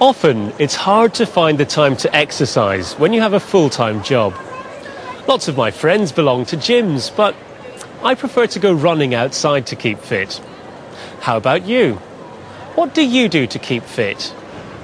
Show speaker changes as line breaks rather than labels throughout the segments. Often, it's hard to find the time to exercise when you have a full time job. Lots of my friends belong to gyms, but I prefer to go running outside to keep fit. How about you? What do you do to keep fit?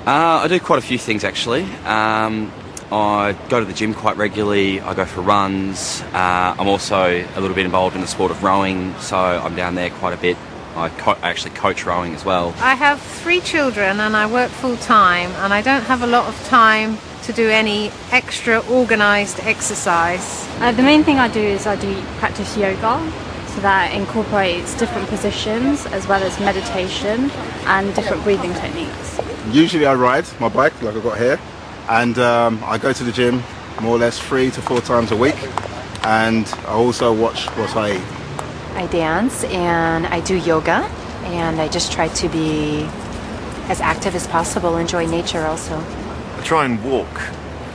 Uh, I do quite a few things actually. Um, I go to the gym quite regularly. I go for runs. Uh, I'm also a little bit involved in the sport of rowing, so I'm down there quite a bit. I, co- I actually coach rowing as well.
I have three children and I work full time, and I don't have a lot of time to do any extra organised exercise.
Uh, the main thing I do is I do practice yoga, so that incorporates different positions as well as meditation and different breathing techniques.
Usually I ride my bike, like I've got here, and um, I go to the gym more or less three to four times a week, and I also watch what I eat.
I dance and I do yoga and I just try to be as active as possible, enjoy nature also.
I try and walk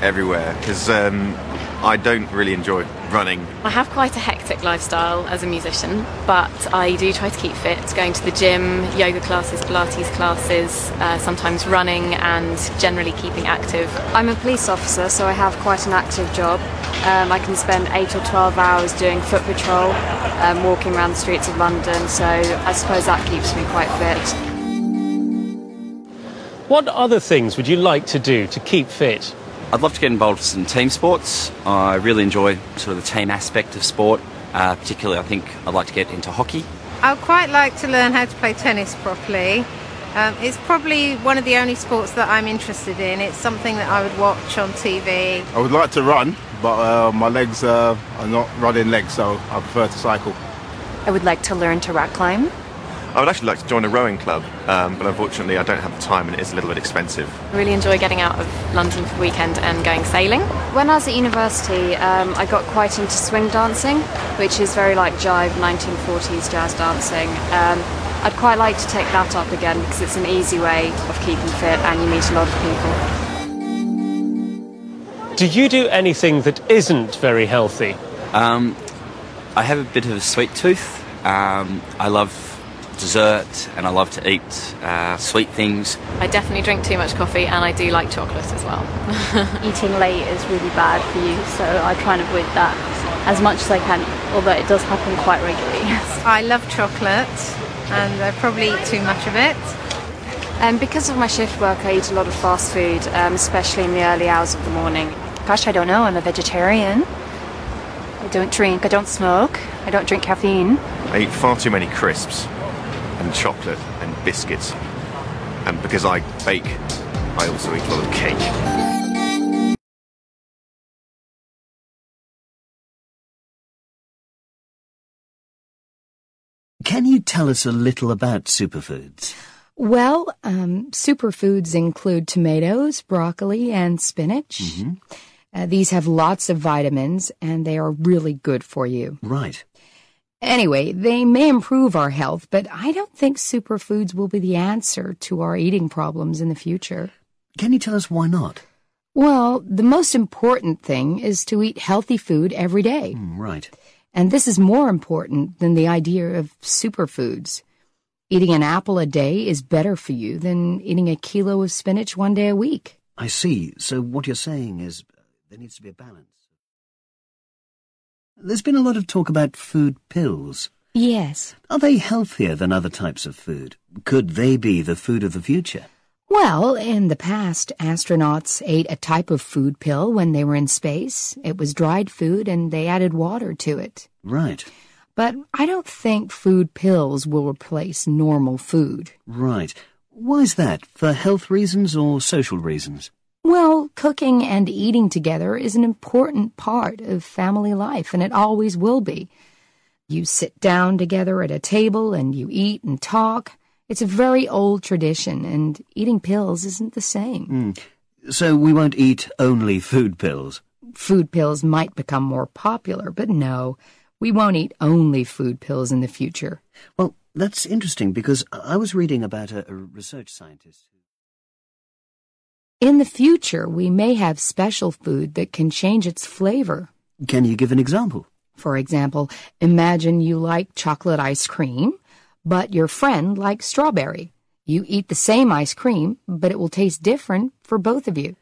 everywhere because um, I don't really enjoy running.
I have quite a hectic lifestyle as a musician, but I do try to keep fit, going to the gym, yoga classes, Pilates classes, uh, sometimes running, and generally keeping active.
I'm a police officer, so I have quite an active job. Um, I can spend 8 or 12 hours doing foot patrol, um, walking around the streets of London, so I suppose that keeps me quite fit.
What other things would you like to do to keep fit?
I'd love to get involved with some team sports. I really enjoy sort of the team aspect of sport. Uh, particularly, I think I'd like to get into hockey.
I would quite like to learn how to play tennis properly. Um, it's probably one of the only sports that I'm interested in. It's something that I would watch on TV.
I would like to run, but uh, my legs uh, are not running legs, so I prefer to cycle.
I would like to learn to rock climb.
I would actually like to join a rowing club, um, but unfortunately I don't have the time and it is a little bit expensive.
I really enjoy getting out of London for the weekend and going sailing.
When I was at university, um, I got quite into swing dancing, which is very like jive 1940s jazz dancing. Um, I'd quite like to take that up again because it's an easy way of keeping fit and you meet a lot of people.
Do you do anything that isn't very healthy?
Um, I have a bit of a sweet tooth. Um, I love dessert and I love to eat uh, sweet things.
I definitely drink too much coffee, and I do like chocolate as well.
Eating late is really bad for you, so I try and avoid that as much as I can, although it does happen quite regularly.
I love chocolate and I probably eat too much of it.
Um, because of my shift work, I eat a lot of fast food, um, especially in the early hours of the morning.
Gosh, I don't know. I'm a vegetarian. I don't drink. I don't smoke. I don't drink caffeine.
I eat far too many crisps and chocolate and biscuits. And because I bake, I also eat a lot of cake.
Can you tell us a little about superfoods?
Well, um, superfoods include tomatoes, broccoli, and spinach. Uh, these have lots of vitamins and they are really good for you.
Right.
Anyway, they may improve our health, but I don't think superfoods will be the answer to our eating problems in the future.
Can you tell us why not?
Well, the most important thing is to eat healthy food every day.
Mm, Right.
And this is more important than the idea of superfoods. Eating an apple a day is better for you than eating a kilo of spinach one day a week.
I see. So what you're saying is uh, there needs to be a balance. There's been a lot of talk about food pills.
Yes.
Are they healthier than other types of food? Could they be the food of the future?
Well, in the past, astronauts ate a type of food pill when they were in space. It was dried food and they added water to it.
Right.
But I don't think food pills will replace normal food.
Right. Why's that? For health reasons or social reasons?
Well, cooking and eating together is an important part of family life, and it always will be. You sit down together at a table and you eat and talk. It's a very old tradition, and eating pills isn't the same.
Hmm. So we won't eat only food pills.
Food pills might become more popular, but no, we won't eat only food pills in the future.
Well, that's interesting because I I was reading about a, a research scientist.
In the future, we may have special food that can change its flavor.
Can you give an example?
For example, imagine you like chocolate ice cream, but your friend likes strawberry.
You eat the same ice cream, but it will taste different for both of you.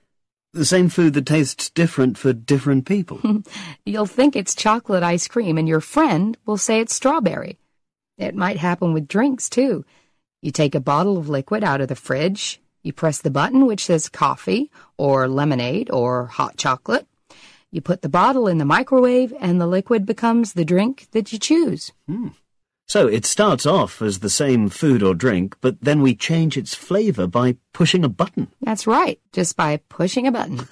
The same food that tastes different for different people.
You'll think it's chocolate ice cream, and your friend will say it's strawberry. It might happen with drinks, too. You take a bottle of liquid out of the fridge, you press the button which says coffee, or lemonade, or hot chocolate. You put the bottle in the microwave, and the liquid becomes the drink that you choose.
Hmm. So it starts off as the same food or drink, but then we change its flavour by pushing a button.
That's right, just by pushing a button.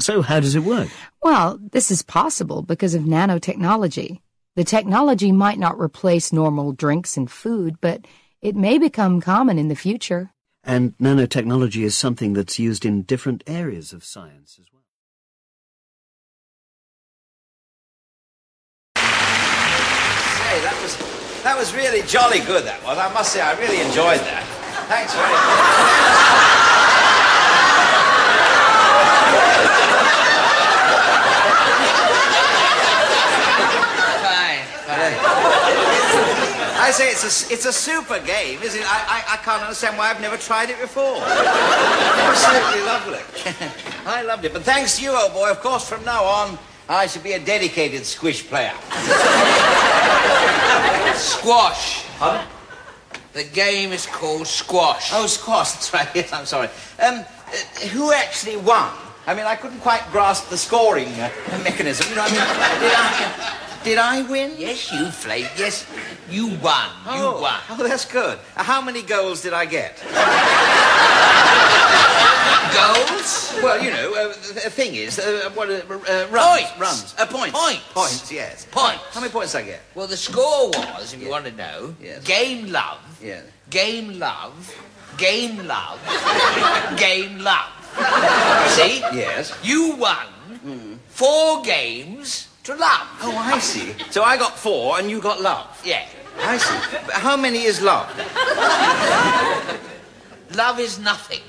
So how does it work?
Well, this is possible because of nanotechnology. The technology might not replace normal drinks and food, but it may become common in the future.
And nanotechnology is something that's used in different areas of science as well.
Hey, that was that was really jolly good. That one, I must say, I really enjoyed that. Thanks very much. Fine, fine. I say it's a it's a super game, isn't it? I, I, I can't understand why I've never tried it before. Absolutely lovely. I loved it. But thanks to you, old boy, of course, from now on, I shall be a dedicated squish player.
Squash. The game is called squash.
Oh, squash. That's right. Yes, I'm sorry. Um, uh, who actually won? I mean, I couldn't quite grasp the scoring uh, mechanism. You know, I mean, did I? Did I win? Yes, you played. Yes, you won. you won. Oh, that's good. Uh, How many goals did I get? goals? Well, you know, uh, the the thing is, uh, what uh, uh, runs,
Points.
runs, uh, points,
Points.
points, yes,
Points.
How many points did I get?
Well, the score was, if you want to know, game love,
Yeah.
game love, game love, game love. See?
Yes.
You won four games to love.
Oh, I see. So I got four, and you got love.
Yeah.
I see. But how many is love?
Love is nothing.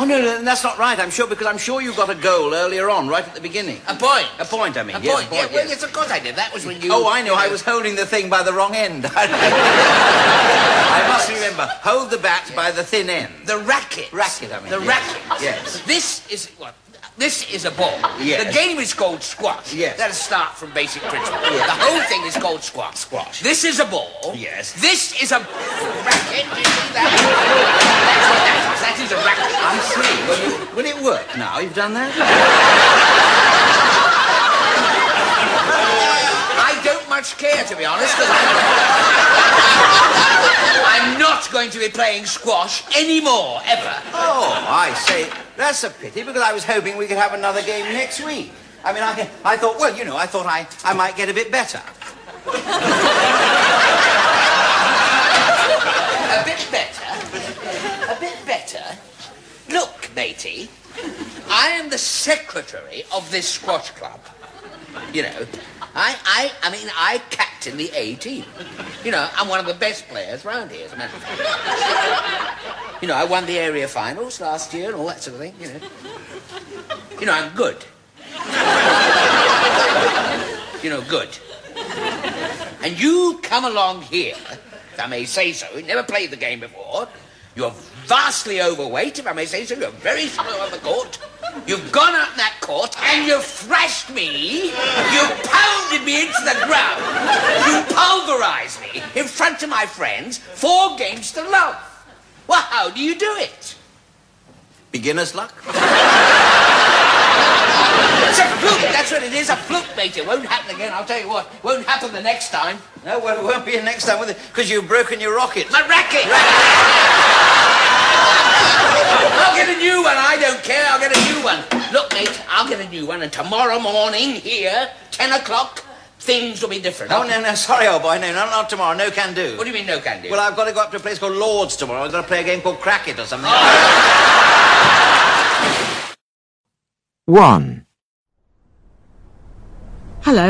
Oh, no, no, that's not right, I'm sure, because I'm sure you got a goal earlier on, right at the beginning.
A point.
A point, I mean.
A
yes,
point. Yeah, well,
yes.
yes, of course I did. That was when you.
oh, I know. I
you
was holding the thing by the wrong end. I must remember. Hold the bat by the thin end.
The racket.
Racket, I mean.
The
yes.
racket.
Yes.
This is what. This is a ball.
Yes.
The game is called squash.
Yes.
Let us start from basic principle.
Yes.
The whole thing is called squash. Squash. This is a ball.
Yes.
This is a racket. You see that? That's what that is. That is a racket.
I see. Well, you- Will it work now? You've done that?
I don't much care, to be honest. 'cause I'm, I'm not going to be playing squash anymore, ever.
Oh, I say, that's a pity because I was hoping we could have another game next week. I mean, I, I thought, well, you know, I thought I, I might get a bit better.
A bit better. A bit better. Look, matey, I am the secretary of this squash club. You know, I, I, I mean, I captain the A team. You know, I'm one of the best players round here, as a matter of fact. You know, I won the area finals last year and all that sort of thing. You know, you know, I'm good. you know, good. And you come along here, if I may say so, you never played the game before. You're vastly overweight, if I may say so. You're very slow on the court. You've gone out in that court and you've thrashed me. You've pounded me into the ground. You pulverized me in front of my friends. Four games to love. Well, how do you do it?
Beginner's luck?
It's a fluke. That's what it is. A fluke, mate. It won't happen again. I'll tell you what. Won't happen the next time.
No, well, it won't be next time, will it? Because you've broken your rocket.
My racket! I'll get a new one. I don't care. I'll get a new one. Look, mate, I'll get a new one, and tomorrow morning here, ten o'clock, things will be different.
Oh, no, no, sorry, old boy. No, no, not tomorrow. No can do.
What do you mean, no can do?
Well, I've got to go up to a place called Lord's tomorrow. I've got to play a game called Cracket or something.
Oh.
1.
Hello,